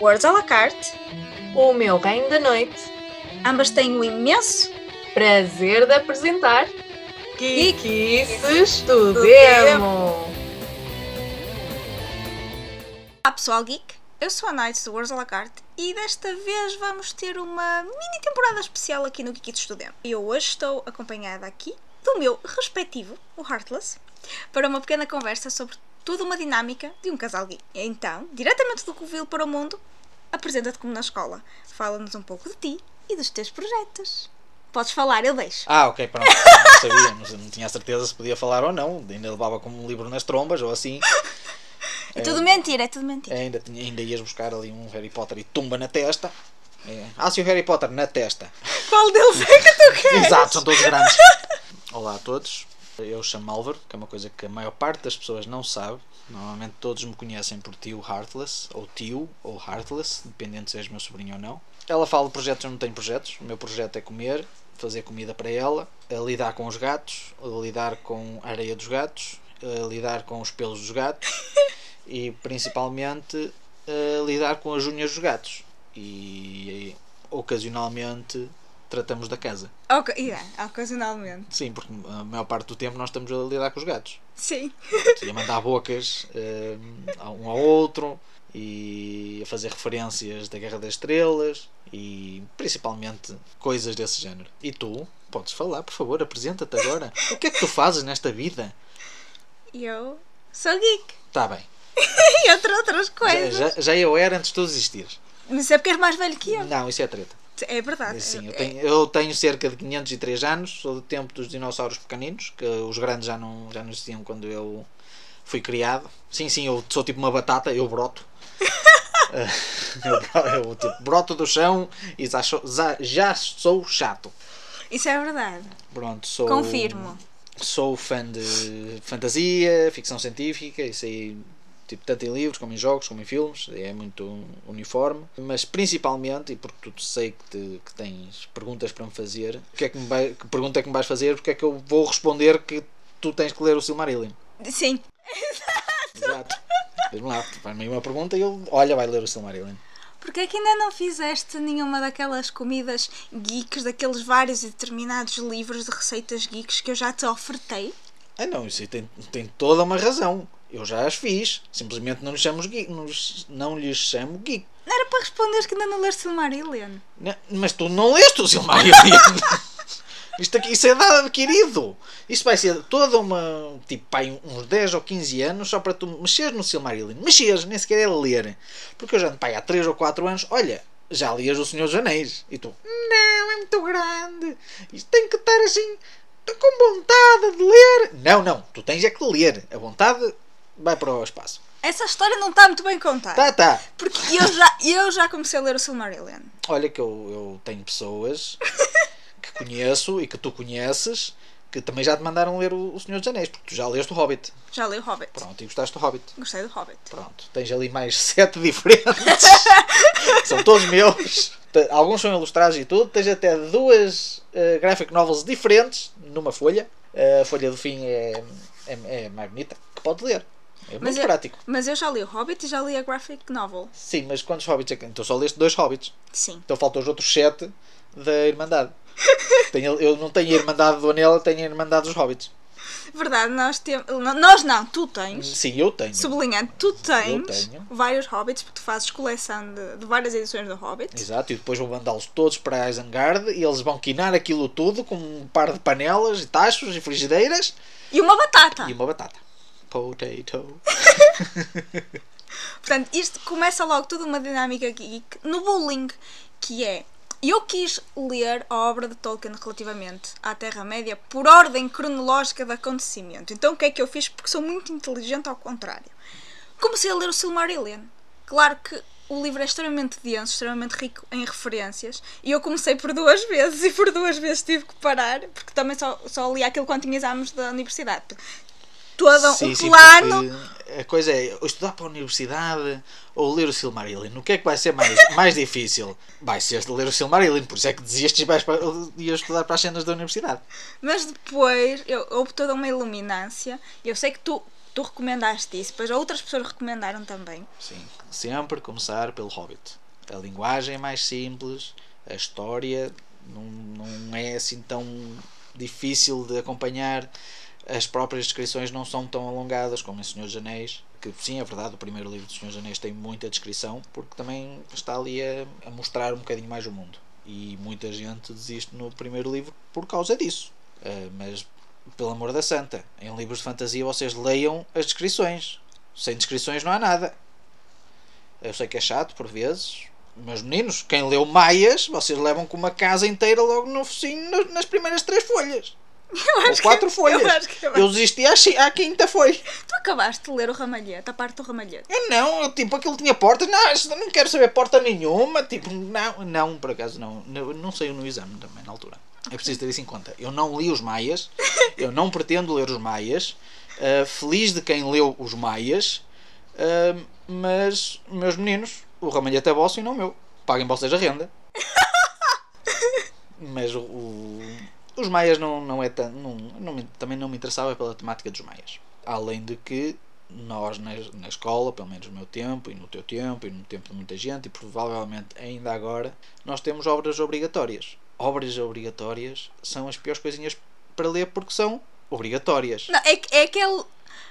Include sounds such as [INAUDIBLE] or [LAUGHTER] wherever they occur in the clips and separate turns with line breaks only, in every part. Words à la carte.
O meu reino da noite.
Ambas têm o imenso
Prazer de apresentar Geekices do Demo.
Olá pessoal geek, eu sou a Nights do Words à la carte e desta vez vamos ter uma mini temporada especial aqui no Geekitos do Demo. Eu hoje estou acompanhada aqui do meu respectivo, o Heartless, para uma pequena conversa sobre toda uma dinâmica de um casal geek. Então, diretamente do Covil para o mundo, apresenta-te como na escola. Fala-nos um pouco de ti e dos teus projetos. Podes falar, eu deixo.
Ah, ok, pronto. Não sabia, não, não tinha certeza se podia falar ou não. Ainda levava como um livro nas trombas ou assim.
É tudo mentira, é tudo mentira.
Ainda, tinha- ainda ias buscar ali um Harry Potter e tumba na testa. É. Ah, se o Harry Potter na testa.
Qual deles é que tu [LAUGHS] queres?
Exato, são todos grandes. Olá a todos. Eu chamo Álvaro, que é uma coisa que a maior parte das pessoas não sabe. Normalmente todos me conhecem por tio Heartless, ou tio, ou Heartless, dependendo se és meu sobrinho ou não. Ela fala de projetos, eu não tenho projetos. O meu projeto é comer, fazer comida para ela, a lidar com os gatos, a lidar com a areia dos gatos, a lidar com os pelos dos gatos e principalmente a lidar com as unhas dos gatos. E eh, ocasionalmente tratamos da casa.
Ok, yeah, ocasionalmente.
Sim, porque a maior parte do tempo nós estamos a lidar com
[LAUGHS]
os gatos.
Sim.
E a mandar bocas eh, a um ao outro e a fazer referências da Guerra das Estrelas e principalmente coisas desse género. E tu podes falar, por favor,
[LAUGHS]
apresenta-te agora. O que é que tu fazes nesta vida?
E eu sou geek. [LAUGHS]
Está bem.
E entre outras
Já,
coisas.
já, já eu era antes de tu existires.
Mas é porque és mais velho que eu.
Não, isso é treta.
É verdade.
Sim, eu
É-
tenho, eu tenho cerca de 503 anos, sou do tempo dos dinossauros pequeninos, que os grandes já não, já não existiam quando eu fui criado. Sim, sim, eu sou tipo uma batata,
[LAUGHS]
eu broto. [LAUGHS] eu, bro- eu, tipo, broto do chão e já, sou- já- já sou chato.
Isso é verdade.
Pronto, sou.
Confirmo.
Sou fã de fantasia, ficção científica, isso aí, tipo, tanto em livros como em jogos, como em filmes, é muito uniforme. Mas principalmente, e porque tu sei que, te- que tens perguntas para me fazer, o que, é que, me vai, que pergunta é que me vais fazer? Porque é que eu vou responder que tu tens que ler o Silmarillion?
Sim.
Exato. Diz-me lá, faz-me aí uma pergunta e eu, olha, vai ler o Silmarillion.
Porquê é que ainda não fizeste nenhuma daquelas comidas geeks, daqueles vários e determinados livros de receitas geeks que eu já te ofertei?
Ah não, isso aí tem, tem toda uma razão. Eu já as fiz, simplesmente não lhes chamo, geek, não lhes- não lhes chamo geek.
Não era para responderes que ainda não leste Silmarillion.
Não, Né? mas tu não leste o Silmarillion. Isto aqui, isso é dado adquirido. Isso vai ser toda uma. Tipo, pai, uns 10 ou 15 anos só para tu mexeres no Silmarillion. Mexeres, nem sequer é ler. Porque eu já, pai, há 3 ou 4 anos, olha, já lias o Senhor dos Anéis. E tu, não, é muito grande. Isto tem que estar assim, com vontade de ler. Não, não, tu tens é que ler. A vontade vai para o espaço.
Essa história não está muito bem contada.
Tá, tá.
Porque eu já, eu já comecei a ler o Silmarillion.
Olha que eu, eu tenho pessoas que conheço e que tu conheces que também já te mandaram ler o, o Senhor dos Anéis, porque tu já leste o Hobbit.
Já li o Hobbit.
Pronto, e gostaste do Hobbit.
Gostei do Hobbit.
Pronto, tens ali mais [LAUGHS] sete diferentes. são todos meus. Te- Alguns são ilustrados e tudo. Tens até duas eh, graphic novels diferentes numa folha. Eh, a folha do fim é, é, é mais bonita, que pode ler. É
Mas
muito
eu-
prático.
Mas eu já li o Hobbit e já li a graphic novel.
Sim, mas quantos Hobbits é que... Então só leste dois Hobbits.
Sim.
Então faltam os outros sete da Irmandade. Tenho- eu não tenho a Irmandade do Anel, eu tenho a Irmandade dos Hobbits.
É Verdade, nós temos. Nós não, tu tens.
Sim, Hum. eu tenho.
Sublinhando, tu tens
tenho.
vários hobbits, porque tu fazes coleção de, de várias edições do Hobbit.
Exato, e depois vou mandá-los todos para Isengard e eles vão quinar aquilo tudo com um par de panelas e tachos e frigideiras
E uma batata!
e uma batata. Potato.
Portanto, isto começa logo toda uma dinâmica geek no bowling, que é. Eu quis ler a obra de Tolkien relativamente à Terra-média por ordem cronológica de acontecimento. Então o que é que eu fiz? Porque sou muito inteligente ao contrário. Comecei a ler o Silmarillion. Claro que o livro é extremamente denso, extremamente rico em referências, e eu comecei por duas vezes e por duas vezes tive que parar, porque também só, só li aquilo quando tinha exames da universidade. Todo
Sim,
o
sim,
um plano.
porque A coisa é ou estudar para a universidade ou ler o Silmarillion. O que é que vai ser mais, [LAUGHS] mais difícil? Vai ser de ler o Silmarillion, por isso é que desistes e vais para, ias estudar para as cenas da universidade.
Mas depois eu, houve toda uma iluminância. Eu sei que tu, tu recomendaste isso, pois outras pessoas recomendaram também.
Sim, sempre começar pelo Hobbit. A linguagem é mais simples, a história não, não é assim tão difícil de acompanhar, as próprias descrições não são tão alongadas como em Senhor dos Anéis. Que sim, é verdade, o primeiro livro do Senhor dos Anéis tem muita descrição, porque também está ali a, a mostrar um bocadinho mais o mundo. E muita gente desiste no primeiro livro por causa disso. Ah, mas, pelo amor da santa, em livros de fantasia vocês leiam as descrições. Sem descrições não há nada. Eu sei que é chato por vezes, mas meninos, quem leu Maias, vocês levam com uma casa inteira logo no focinho no- nas primeiras três folhas. Ou quatro folhas.
Eu acho que é
Eu desisti à, chi- à quinta folha.
Tu acabaste de ler o Ramalhete, a parte do Ramalhete.
Eu não, eu, tipo, aquilo tinha portas. Não, isto eu não quero saber porta nenhuma. Tipo, não, não, por acaso não. Não, não saiu no exame também, na altura. É preciso ter isso em conta. Eu não li os Maias. Eu não pretendo ler os Maias. ah, feliz de quem leu os Maias. ah, mas, meus meninos, o ramalhete é vosso e não meu. Paguem vocês a renda. Mas o, o- os maias não, não é tan- não, não me- também não me interessava pela temática dos maias. Além de que nós na, na escola, pelo menos no meu tempo e no teu tempo e no tempo de muita gente e provavelmente ainda agora, nós temos obras obrigatórias. Obras obrigatórias são as piores coisinhas para ler porque são obrigatórias.
Não, é, que- é aquele,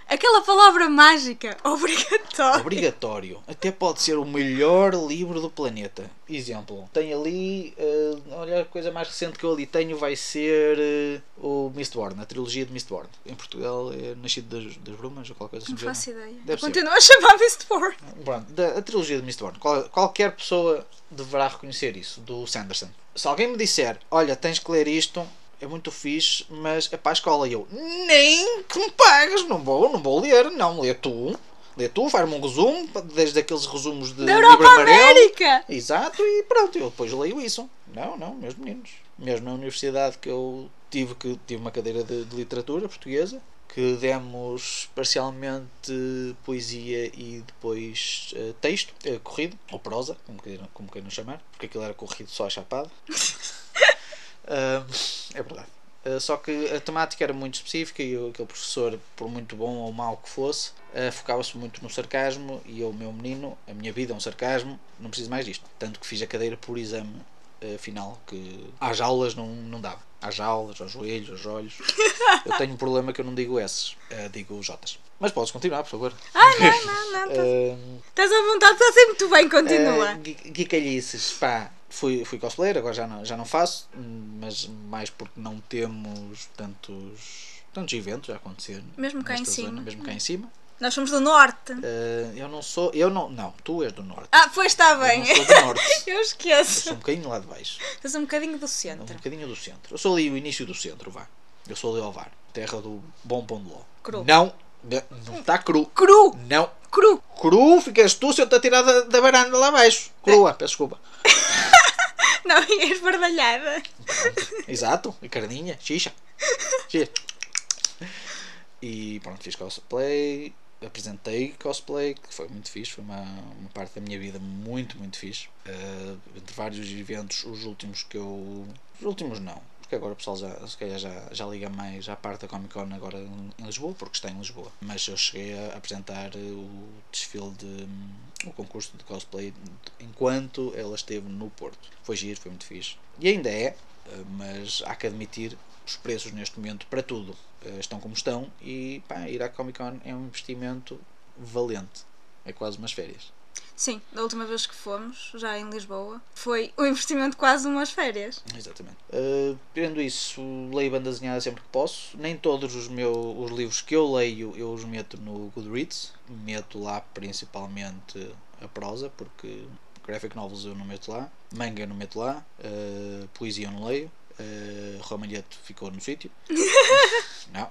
aquela palavra mágica, [LAUGHS] obrigatório.
Obrigatório. Até pode ser o melhor livro do planeta. Exemplo, tem ali. eh, olha, a coisa mais recente que eu ali tenho vai ser eh, o Mistborn, a trilogia de Mistborn. Em Portugal é Nascido das, das Brumas ou qualquer coisa assim.
Não
do género.
faço ideia.
Deve ser.
Continua a chamar-me Sport.
Pronto, da, a trilogia de Mistborn. Qual- qualquer pessoa deverá reconhecer isso, do Sanderson. Se alguém me disser, olha, tens que ler isto, é muito fixe, mas é para a escola. E eu, nem que me pagues, não vou, não vou ler, não, lê tu. Lê tu, faz-me um resumo, desde aqueles resumos de
Da
livro
Europa à
amarelo.
América!
Exato, e pronto, eu depois leio isso. Não, não, meus meninos. Mesmo na universidade que eu tive, que tive uma cadeira de, de literatura portuguesa, que demos parcialmente poesia e depois eh, texto, eh, corrido, ou prosa, como queiram, como queiram chamar, porque aquilo era corrido só a chapada. Ah, é verdade. Ah, só que a temática era muito específica e eu, aquele professor, por muito bom ou mau que fosse, ah, focava-se muito no sarcasmo e eu, meu menino, a minha vida é um sarcasmo, não preciso mais disto. Tanto que fiz a cadeira por exame ah, final, que às aulas não, não dava. Às aulas, aos joelhos, aos olhos. Eu tenho um problema que eu não digo S's, ah, digo J's. Mas podes continuar, por favor.
Ah, não,
[LAUGHS]
não, não. tá-
Ah,
Estás à vontade, está sempre muito bem, continua.
eh, gui- Guicalhices, pá, fui, fui cosplayer, agora já não, já não faço, mas mais porque não temos tantos, tantos eventos a acontecer.
Mesmo cá em
nesta
cima.
zona, mesmo cá em cima.
Nós somos do Norte.
Eh, eu não sou, eu não, não, tu és do norte.
Ah, pois está
eu não
bem.
sou do norte.
[LAUGHS] Eu
Eu sou
esqueço.
um bocadinho lá de baixo,
Estás um bocadinho do
um
centro.
bocadinho do centro. Eu sou ali o início do centro, vá. Eu sou ali ao VAR, terra do bom pão de ló.
Cru.
Não, não está cru.
Cru!
Não,
Cru!
cru, ficas tu se eu te atirar da, da varanda lá abaixo.
É.
Crua, peço desculpa.
Não, [LAUGHS] e esbardalhada.
Exato, e carninha, xixa. Xixa. E pronto, fiz cosplay, apresentei cosplay, que foi muito fixe, foi uma, uma parte da minha vida muito, muito fixe. Eh, entre vários eventos, os últimos que eu. Os últimos não, porque agora o pessoal já, se calhar já, já liga mais à parte da Comic Con agora em em Lisboa, porque está em Lisboa. Mas eu cheguei a apresentar eh, o desfile de. hum, o concurso de cosplay enquanto ela esteve no Porto. Foi giro, foi muito fixe. E ainda é, Uh, mas há que admitir os preços neste momento para tudo uh, estão como estão e pá, ir à Comic Con é um investimento valente. É quase umas férias.
Sim, da última vez que fomos, já em Lisboa, foi um investimento de quase umas férias.
Exatamente. Uh, tendo isso, leio banda desenhada sempre que posso. Nem todos os meus os livros que eu leio eu os meto no Goodreads. Meto lá principalmente a prosa, porque graphic novels eu não meto lá, manga eu não meto lá, uh, poesia eu não leio, uh, Ramalhete ficou no sítio. não,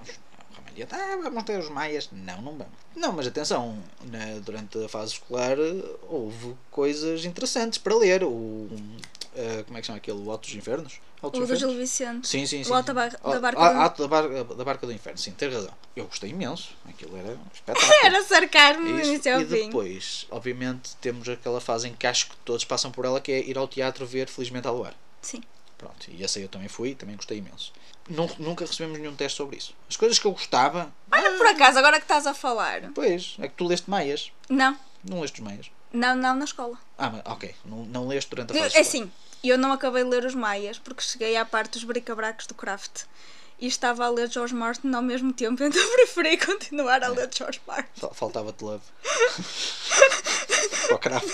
Ramalhete, ah, vamos ter os maias. Não, não vamos. Não, mas atenção, na- durante a fase escolar uh, houve coisas interessantes para ler. O, um, uh, como é que chama aquele? O Auto dos Infernos? Auto
O do Gil Vicente.
Sim, sim, sim.
Auto da Bar- da Barca
Ah,
do-
Auto da, Barca- da Barca do Inferno, sim, tens razão. Eu gostei imenso. Aquilo era um espetáculo.
[LAUGHS] Era sarcasmo do
Isso,
início ao
É e
fim.
depois, obviamente, temos aquela fase em que acho que todos passam por ela, que é ir ao teatro ver Felizmente ao Luar.
Sim.
Pronto, e essa eu também fui, também gostei imenso. Nun- nunca recebemos nenhum teste sobre isso. As coisas que eu gostava,
Olha, por acaso, agora que estás a falar.
pois, é que tu leste meias.
Não,
Não leste os meias.
Não, não na escola.
Ah, mas, ok. Não, não leste durante a
Eu-
fase
É
escolar.
assim, eu não acabei de ler os Maias porque cheguei à parte dos bricabracos do Kraft e estava a ler George Martin ao mesmo tempo, [LAUGHS] então preferi continuar a ler George Martin.
Fa-
[LAUGHS]
Faltava-te love. para o craft.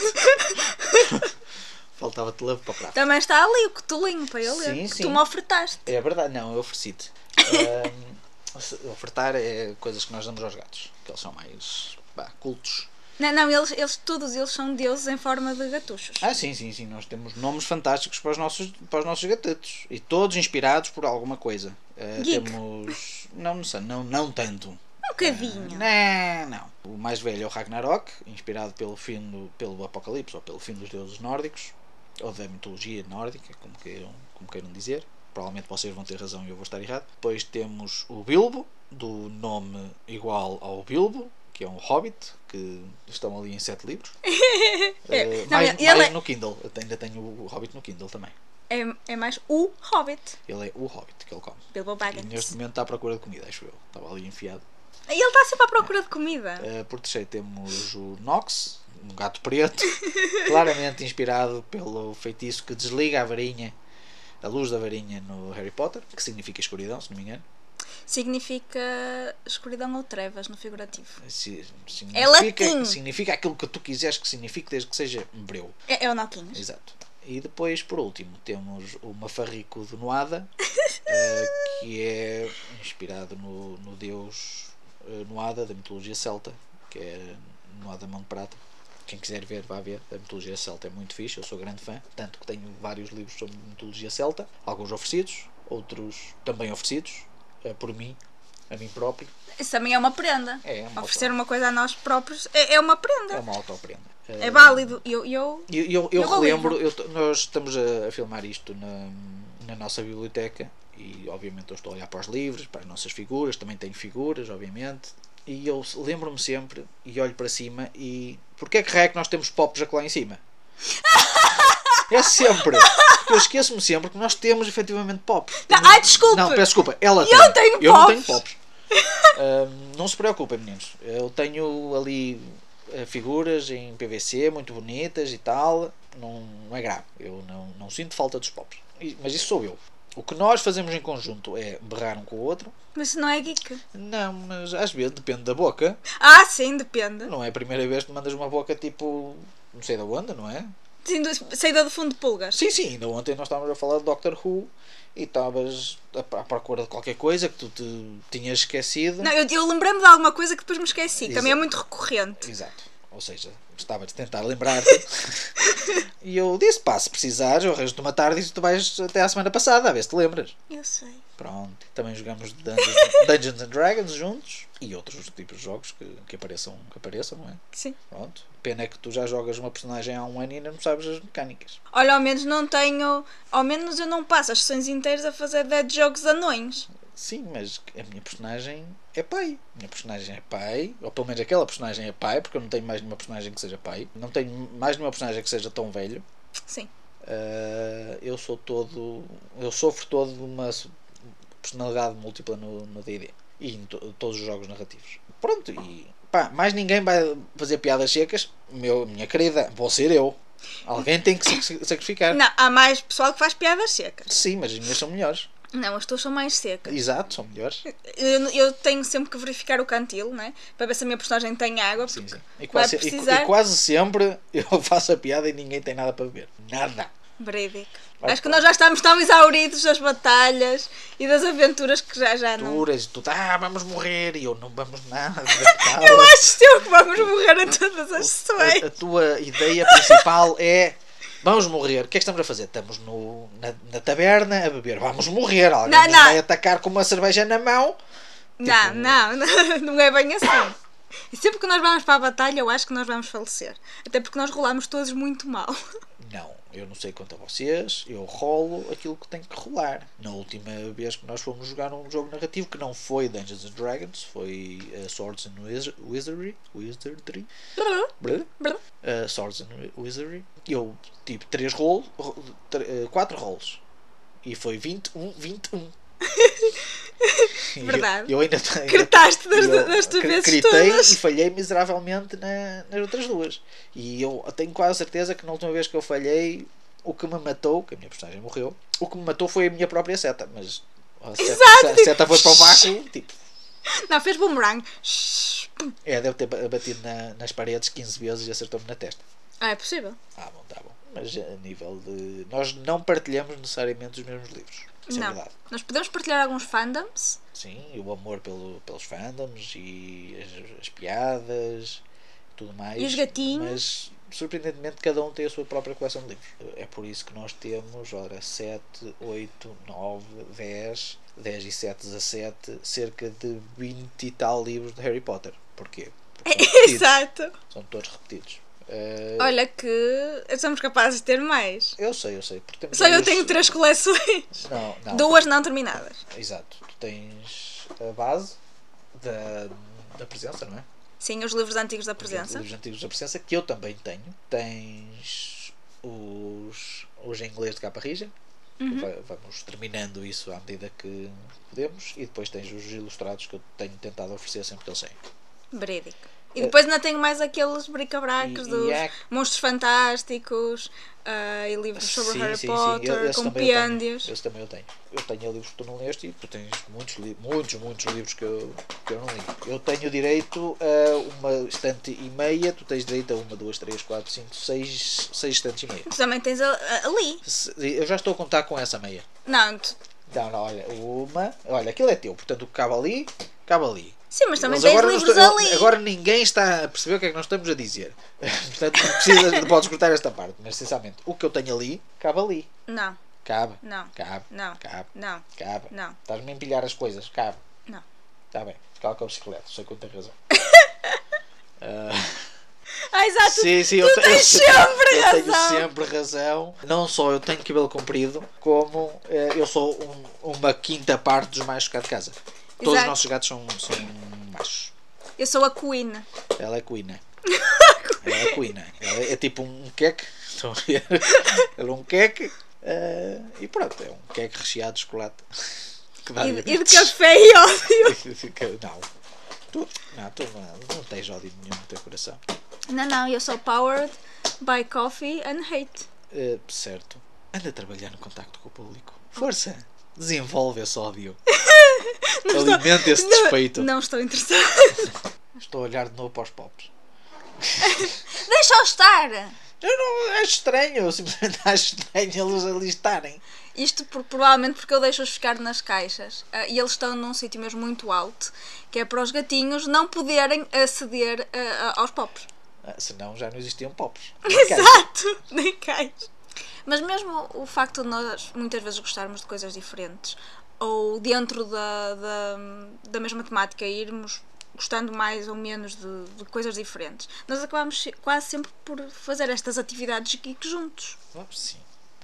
Faltava-te love para o craft.
Também está ali o cotolinho para eu ler,
Sim,
que
sim.
tu me ofertaste.
É verdade, não, eu
[LAUGHS]
ofereci-te. Ahm, se- ofertar é coisas que nós damos aos gatos, que eles são mais pá, cultos.
Não, não, eles, eles todos eles são deuses em forma de gatuchos.
Ah, sim, sim, sim, nós temos nomes fantásticos para os nossos, para os nossos gatutos e todos inspirados por alguma coisa. Ah,
Geek.
temos. Não, não sei, não, não tanto.
Um bocadinho.
Não, Né, não. O mais velho é o Ragnarok, inspirado pelo fim do, pelo Apocalipse ou pelo fim dos deuses nórdicos, ou da mitologia nórdica, como queiram, como queiram dizer. Provavelmente vocês vão ter razão e eu vou estar errado. Depois temos o Bilbo, do nome igual ao Bilbo, que é um hobbit, que estão ali em sete
[LAUGHS]
livros. Eh,
Não,
mais
ele é-
mais no Kindle, eu tenho- ainda tenho o Hobbit no Kindle também.
É, é mais o Hobbit,
Ele é o Hobbit que ele come.
Bilbo
E
Baggins.
neste momento está à procura de comida, acho eu. Estava ali enfiado.
E ele está sempre à procura de comida.
Uh, por terceiro temos o Nox, um gato preto, [LAUGHS] claramente inspirado pelo feitiço que desliga a varinha, a luz da varinha no Harry Potter, que significa escuridão, se não me engano.
Significa escuridão ou trevas no figurativo.
Eh, Si-
É
Significa,
latim.
significa aquilo que tu quiseres que signifique, desde que seja um breu.
É, é o Noquinhos.
Exato. E depois, por último, temos o Mafarrico de Noada, uh, que é inspirado no, no deus uh, Noada da mitologia celta, que é Noada Mão de Prata. Quem quiser ver, vá ver. A mitologia celta é muito fixe, eu sou grande fã. Tanto que tenho vários livros sobre mitologia celta, alguns oferecidos, outros também oferecidos, uh, por mim, a mim próprio.
Isso também é uma prenda.
É uma,
Oferecer uma coisa a nós próprios é, é uma
auto- é
prenda.
uma autoprenda.
É,
Uh,
válido. Eu, eu
E Eu, eu,
Eu vou
relembro, eu t- nós estamos a, a filmar isto na, na nossa biblioteca e obviamente eu estou a olhar para os livros, para as nossas figuras, também tenho figuras, obviamente, e eu se- lembro-me sempre e olho para cima e porque é que raio é que nós temos popos aqui lá
[LAUGHS]
em cima? É sempre! Eu esqueço-me sempre que nós temos efetivamente popos.
Não,
Temos-
ai, desculpe.
Não, peço desculpa, ela
Eu
tem.
tenho
Eu não tenho
popos.
popos. [LAUGHS] Ahm, não se preocupem, meninos. Eu tenho ali eh, figuras em PVC muito bonitas e tal. Não, não é grave. Eu não, não sinto falta dos pops. E- Mas isso sou eu. O que nós fazemos em conjunto é berrar um com o outro.
Mas isso não é geek.
Não, mas às vezes depende da boca.
Ah, sim, depende.
Não é a primeira vez que mandas uma boca tipo. Não sei da onda, não é?
Sim, do- saída do fundo de pulgas.
Sim, sim, ainda ontem nós estávamos a falar de Doctor Who e estavas à à procura de qualquer coisa que tu te tinhas esquecido.
Não, eu, eu lembrei-me de alguma coisa que depois me esqueci.
Exato.
Também é muito recorrente.
Exato. Ou seja, estava de tentar lembrar-te. e eu disse: pá, se precisares, eu arranjo-te uma tarde e tu vais até à semana passada, a ver se te lembras.
Eu sei.
Pronto. Também jogamos Dungeons, Dungeons and Dragons juntos e outros tipos de jogos que, que, apareçam, que apareçam, não é?
Sim.
Pronto. Pena é que tu já jogas uma personagem há um ano e ainda não sabes as mecânicas.
Olha, ao menos não tenho. Ao menos eu não passo as sessões inteiras a fazer 10 jogos anões.
Sim, mas a minha personagem é pai. A minha personagem é pai, ou pelo menos aquela personagem é pai, porque eu não tenho mais nenhuma personagem que seja pai. Não tenho mais nenhuma personagem que seja tão velho.
Sim.
Uh, eu sou todo. Eu sofro todo de uma su- personalidade múltipla no no DD e em to- todos os jogos narrativos. Pronto, e pá, mais ninguém vai fazer piadas secas. Meu, minha querida, vou ser eu. Alguém tem que se sacrificar.
Não, há mais pessoal que faz piadas secas.
Sim, mas as minhas são melhores.
Não, as tuas são mais secas.
Exato, são melhores.
Eu, eu tenho sempre que verificar o cantil, né? Para ver se a minha personagem tem água.
Sim,
porque-
sim. E, quase, e-
precisar.
e quase sempre [LAUGHS] eu faço a piada e ninguém tem nada para beber. Nada.
Breidic.
Vai
Acho que
para-
nós já estamos tão exauridos das batalhas e das aventuras que já já não.
Duras, e tu, ah, vamos morrer. E eu, não vamos
[LAUGHS]
nada.
Eu
calma."
acho teu que vamos morrer a todas as
a,
[LAUGHS] sessões.
a tua ideia principal [LAUGHS] é vamos morrer. O que é que estamos a fazer? Estamos no, na, na taberna a beber. Vamos morrer. Alguém
Não,
nos
não.
vai atacar com uma cerveja na mão.
Não, não, [LAUGHS] não é bem assim. E sempre que nós vamos para a batalha, eu acho que nós vamos falecer. Até porque nós rolamos todos muito mal.
Não, eu não sei quanto a vocês. Eu rolo aquilo que tenho que rolar. Na última vez que nós fomos jogar um jogo narrativo que não foi Dungeons and Dragons, foi eh, Swords and Wiz- Wizardry. Wizardry. Blá.
Blá.
Eh, Swords and Wizardry. Eu tipo, tive 3 rolos, eh, 4 rolos. E foi 21, 21. E eu-
Verdade.
Eu, ainda tenho.
É. Cretaste das,
eu
das tuas
cri-
vezes
Critei
todas.
e falhei miseravelmente na- nas outras duas. E eu tenho quase certeza que na última vez que eu falhei, o que me matou, que a minha personagem morreu, o que me matou foi a minha própria seta. Mas a seta,
tipo,
a seta foi para o vácuo, tipo,
Não, fez boomerang. Shhh.
é, deve ter ba- batido na- nas paredes 15 vezes e acertou-me na testa.
Ah, é possível.
Ah, bom, tá bom. Mas a nível de. Nós não partilhamos necessariamente os mesmos livros. Isso é
Não.
verdade.
Nós podemos partilhar alguns fandoms.
Sim, e o amor pelo, pelos fandoms e as, as piadas e tudo mais.
E os gatinhos.
Mas surpreendentemente cada um tem a sua própria coleção de livros. É por isso que nós temos, ora, 7, 8, 9, 10, 10 e 7, 17, cerca de 20 e tal livros de Harry Potter. Porquê?
[LAUGHS]
Porque são repetidos.
É, Exato.
São todos repetidos. Eh,
Olha que somos capazes de ter mais.
eu sei, eu sei. Porque temos
Só eu
vários-
tenho três coleções.
Não, não.
Duas não terminadas.
Exato. Tu tens a base da, da presença, não é?
Sim, os livros antigos da presença.
Livros antigos da presença, que eu também tenho. Tens os, os em inglês de capa rija. que
Uhum.
va- Vamos terminando isso à medida que podemos. E depois tens os ilustrados que eu tenho tentado oferecer sempre que eu sei.
Verídico. E depois ainda tenho mais aqueles bricabracos
É. E- e
Ah,
é-
dos
há-
monstros fantásticos ah, e livros sobre Harry
eu-
Potter,
esse também eu tenho.
compêndios.
Esse também eu tenho. Eu tenho livros que tu não leste e tu tens muitos, li- muitos, muitos livros que eu, que eu não li. Eu tenho direito a uma estante e meia, tu tens direito a uma, duas, três, quatro, cinco, seis, seis estantes e meia.
Tu também tens a- a- ali.
Se- Eu já estou a contar com essa meia.
Não, tu-
Não, não, olha, uma. Olha, aquilo é teu, portanto o que cabe ali, cabe ali.
sim, mas também
Mas
tens
agora não
livros
estou-
ali.
Agora ninguém está a perceber o que é que nós estamos a dizer. [LAUGHS] portanto, não precisas, não podes cortar esta parte, mas sinceramente, o que eu tenho ali, cabe ali.
Não,
Cabe.
não,
Cabe.
não,
Cabe.
não,
Cabe.
não.
Estás-me a empilhar as coisas, cabe.
Não.
Está bem, ficava com a bicicleta, sei que eu tenho razão.
Ah, [LAUGHS] exato.
sim, sim, eu, te-
tens sempre
eu
razão.
tenho sempre razão. Não só eu tenho cabelo comprido, como eh, eu sou um- uma quinta parte dos machos cá de casa. Todos os
Exato.
nossos gatos são, são machos.
Eu sou a Queen.
Ela é cuina.
[LAUGHS]
Ela é cuina. Ela é tipo um queque. Estão a
[LAUGHS]
ver? Ela é um queque. eh, e pronto, é um queque recheado de chocolate. Que dá
E, de- e de
diabetes.
café e [LAUGHS] ódio.
[LAUGHS] Não. Tu, não, tu não, não tens ódio nenhum no teu coração.
Não, não, eu sou powered by coffee and hate.
Eh, certo. Anda a trabalhar no contacto com o público. Força! Desenvolve
[LAUGHS]
esse ódio. Alimenta esse despeito.
Não, não estou interessada. [LAUGHS]
Estou a olhar de novo para os pops.
Deixa-o estar!
Eu não acho estranho, eu simplesmente [LAUGHS] acho estranho eles ali estarem.
Isto por- provavelmente porque eu deixo-os ficar nas caixas ah, e eles estão num sítio mesmo muito alto, que é para os gatinhos não poderem aceder ah, ah, aos pops.
Ah, senão já não existiam pops.
Exato! [LAUGHS] Nem cais. Mas mesmo o facto de nós muitas vezes gostarmos de coisas diferentes ou dentro da, da, da mesma temática irmos gostando mais ou menos de, de coisas diferentes, nós acabamos se- quase sempre por fazer estas atividades geek juntos.
Ah, Sim.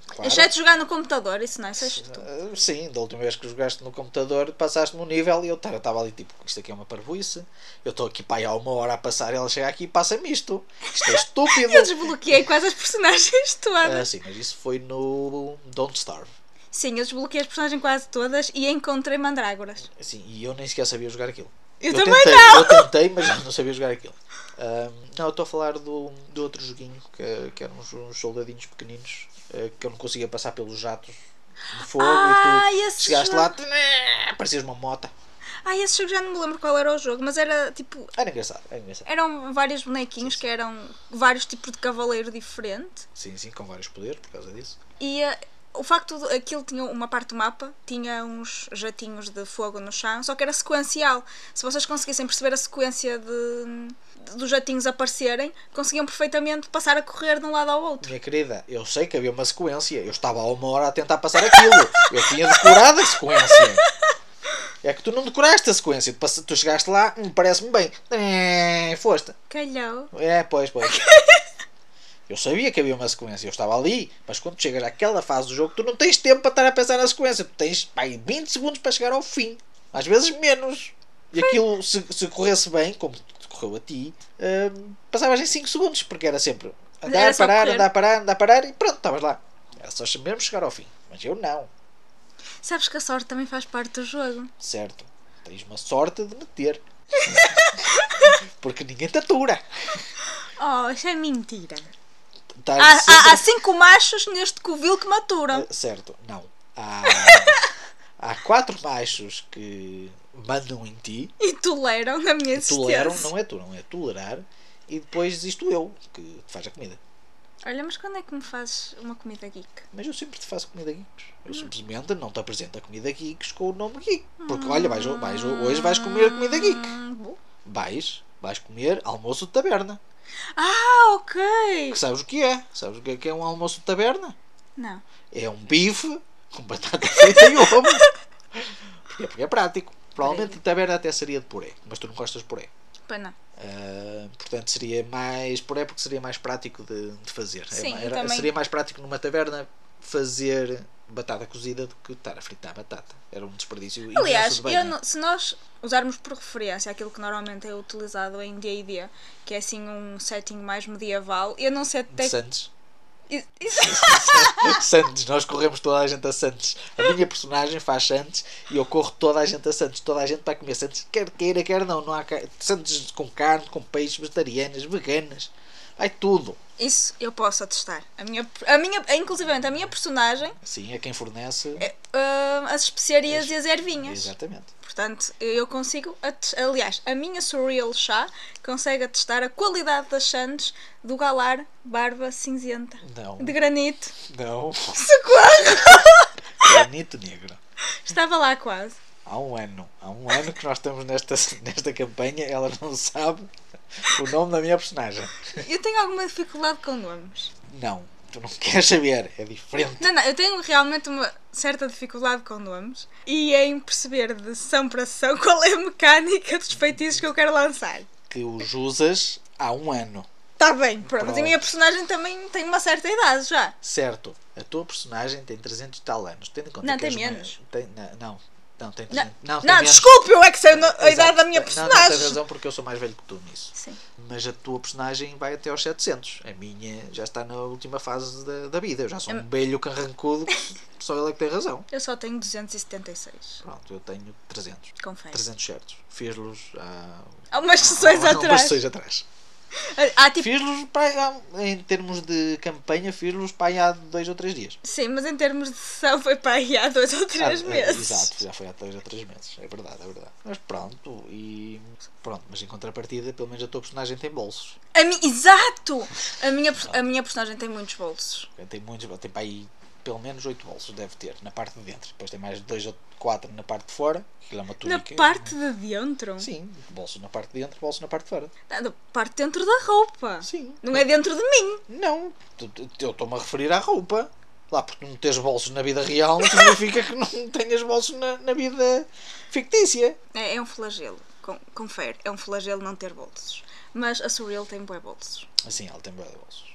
Claro.
Exceto jogar no computador, isso não é sexto.
Ah, Sim, da última vez que jogaste no computador passaste-me um nível e eu estava ali tipo, isto aqui é uma parvoíce, eu estou aqui para aí há uma hora a passar, ela chega aqui e passa-me isto.
[LAUGHS]
Isto é estúpido.
Eu desbloqueei quase as personagens [LAUGHS]
Ah,
todas.
sim, mas isso foi no Don't Starve.
Sim, eu desbloqueei as personagens quase todas e encontrei mandrágoras.
Sim, Assim, e eu nem sequer sabia jogar aquilo.
Eu também
tentei, não! Eu tentei, mas eu não sabia jogar aquilo. Ahm, não, eu estou a falar do, do outro joguinho, que, que eram uns, uns soldadinhos pequeninos, eh, que eu não conseguia passar pelos jatos de fogo
Ah,
Oh, e tu
esse né?
chegaste
jogo.
lá, tné, parecias uma mota.
Ah, esse jogo já não me lembro qual era o jogo, mas era tipo
Era engraçado, era engraçado.
Eram vários bonequinhos que eram vários tipos de cavaleiro diferente
Sim, sim, com vários poderes por causa disso.
e eh, o facto de aquilo tinha uma parte do mapa, tinha uns jatinhos de fogo no chão, só que era sequencial. Se vocês conseguissem perceber a sequência de, de- dos jatinhos aparecerem, conseguiam perfeitamente passar a correr de um lado ao outro.
Minha querida, eu sei que havia uma sequência. Eu estava há uma hora a tentar passar aquilo. Eu tinha decorado a sequência. É que tu não decoraste a sequência. Tu, passa- tu chegaste lá, hum, parece-me bem. É, foste.
Calhou.
É, pois, pois. Eu sabia que havia uma sequência, eu estava ali, mas quando chegas àquela fase do jogo, tu não tens tempo para estar a pensar na sequência, tu tens pai, 20 segundos para chegar ao fim, às vezes menos. E aquilo, se, se corresse bem, como te correu a ti, hum, passavas em 5 segundos, porque era sempre andar,
Era só
parar,
correr.
andar, parar, andar, parar e pronto, estavas lá. Era só mesmo chegar ao fim, mas eu não.
Sabes que a sorte também faz parte do jogo.
Certo. Tens uma sorte de meter. [LAUGHS] Porque ninguém te atura.
Oh, isso é mentira.
Estás
Há, há-
Tá sempre-
há cinco machos neste covil que maturam.
Eh, Certo, não. Há, há quatro machos que mandam em ti,
E toleram a minha existência.
toleram, não é aturam, é tolerar, e depois existo eu, que te faz a comida.
Olha, mas quando é que me fazes uma comida geek?
Mas eu sempre te faço comida geeks. Eu simplesmente não te apresento a comida geeks com o nome geek. Porque olha, vais, vais-
Ah.
hoje vais comer comida geek.
Hum, bom.
Vais, vais comer almoço de taberna.
Ah, ok.
Que sabes o que é? Sabes o que é que é um almoço de taberna?
Não.
É um bife com batata frita e ovo. Porque é, porque é prático. Provavelmente a taberna até seria de puré, mas tu não gostas de puré.
Pois não.
Ah, portanto, seria mais puré porque seria mais prático de, de fazer. É
Sim,
ma-
eu também.
Seria mais prático numa taberna fazer batata cozida do que estar a fritar batata. Era um desperdício. imenso
Aliás,
de bem,
eu
né?
não- se nós usarmos por referência aquilo que normalmente é utilizado em D&D, que é assim um setting mais medieval, eu não sei
De
até
Santos.
Isso-
É Santos, nós corremos toda a gente a Santos. A minha personagem faz Santos e eu corro toda a gente a Santos. Toda a gente vai comer Santos, quer queira, quer não. não há ca- Santos com carne, com peixe, vegetarianas, veganas. Vai tudo.
Isso eu posso atestar. A minha, a minha, inclusive a minha personagem,
Sim, é quem fornece.
ah, as especiarias
As-
e as ervinhas.
Exatamente.
Portanto, eu consigo. ates- Aliás, a minha Surreal Chá consegue atestar a qualidade das chandes do galar barba cinzenta
Não,
de granito.
não.
[LAUGHS] Socorro!
Granito negro.
Estava lá quase.
Há um ano, há um ano que nós estamos nesta, nesta campanha, ela não sabe o nome da minha personagem.
Eu tenho alguma dificuldade com nomes.
Não, tu não queres saber, é diferente.
Não, não, eu tenho realmente uma certa dificuldade com nomes e é em perceber de sessão para sessão qual é a mecânica dos feitiços que eu quero lançar.
Que os usas há um ano.
Está bem, pronto. Mas a
Pronto.
minha personagem também tem uma certa idade já.
Certo, a tua personagem tem 300 e tal anos, tendo em conta
Não,
que
tem
és uma-
menos.
tem- não, não, não, tem
Não,
300. tem
não
menos.
desculpe, eu é que sei a no- a
Exato,
idade da minha
tem- Não, não tens
personagem.
razão porque eu sou mais velho que tu nisso.
Sim.
Mas a tua personagem vai até aos 700. A minha já está na última fase da, da vida. Eu já sou um velho carrancudo que só ele é que tem razão.
Eu só tenho 276.
Pronto, eu tenho 300.
Confesso.
300 certos. Fiz-los
[LAUGHS]
há.
Há umas sessões
há- há umas
atrás.
sessões atrás.
Há tipo.
Fiz-los pá, há- em termos de campanha, fiz-los pá, há dois ou três dias.
Sim, mas em termos de sessão foi para aí há dois ou três
Ah, ah,
meses.
Exato, já foi há dois ou três meses. É verdade, é verdade. Mas pronto, e. Pronto, mas em contrapartida, pelo menos a tua personagem tem bolsos.
A mi... Exato! A minha, pers- a minha personagem tem muitos bolsos.
Tem muitos, tem para aí pelo menos oito bolsos, deve ter, na parte de dentro. Depois tem mais dois ou quatro na parte de fora. Aquilo é uma
Na
túnica.
parte de dentro?
Sim, bolso na parte de dentro, bolso na parte de fora.
Não, Na parte de dentro da roupa.
Sim.
Não é dentro de mim.
Não, tu- tu- eu estou-me a referir à roupa. Lá porque não tens bolsos na vida real não significa que não tenhas bolsos na, na vida fictícia.
É, é um flagelo. Con- Confere, é um flagelo não ter bolsos. Mas a Surreal tem bué bolsos.
Assim, ela tem bué de bolsos.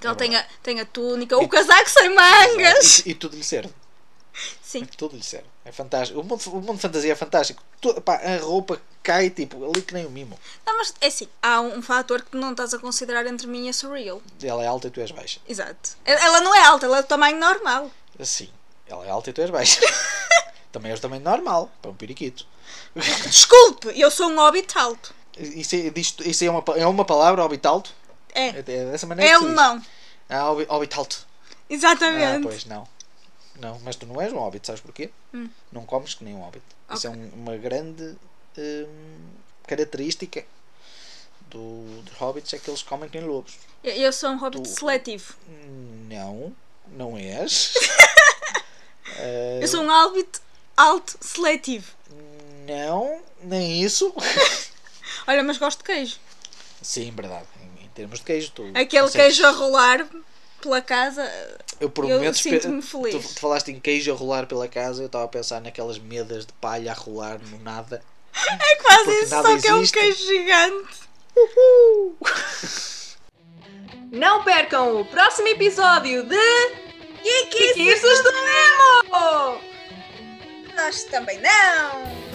Que ela
É
tem a, tem a túnica, o casaco sem mangas.
E, e tudo lhe serve.
[LAUGHS] Sim.
Tudo lhe serve. É fantástico. O mundo, o mundo de fantasia é fantástico. Tu- pá, a roupa cai tipo ali que nem o mimo.
Não, mas é assim, há um, um fator que não estás a considerar entre mim e a Surreal.
Ela é alta e tu és baixa.
Exato. E- Ela não é alta, ela é do tamanho normal.
Assim, ela é alta e tu és baixa. [LAUGHS] Também és também normal, para um periquito.
Desculpe, eu sou um hobbit alto.
Isso, é, disto- isso é, uma, pa- é uma palavra, obitalto? É,
É.
dessa maneira
É
que se diz.
alemão.
Ah, obi- obitalto. Ah,
Exatamente.
pois não. Não, mas tu não és um hobbit, sabes porquê?
Hum.
Não comes que nem um hobbit. Isso é um- uma grande hum, característica do, dos hobbits, é que eles comem que nem lobos.
Eu, eu sou um hobbit
Tu-
seletivo.
Não, não é és. É
Eu sou um hobbit alto seletivo.
não, nem isso.
Olha, mas gosto de queijo.
Sim, é verdade. Em, em termos de queijo, tu.
Aquele
consegues-
queijo a rolar pela casa.
Eu por
eu
momentos pe-
sinto-me feliz.
Tu, tu falaste em queijo a rolar pela casa, eu estava a pensar naquelas medas de palha a rolar no nada.
[LAUGHS] É quase
Porque
isso,
nada
só que é um
existe.
queijo gigante.
Não percam o próximo episódio de
é
Kikistas do Memo!
Nós também não!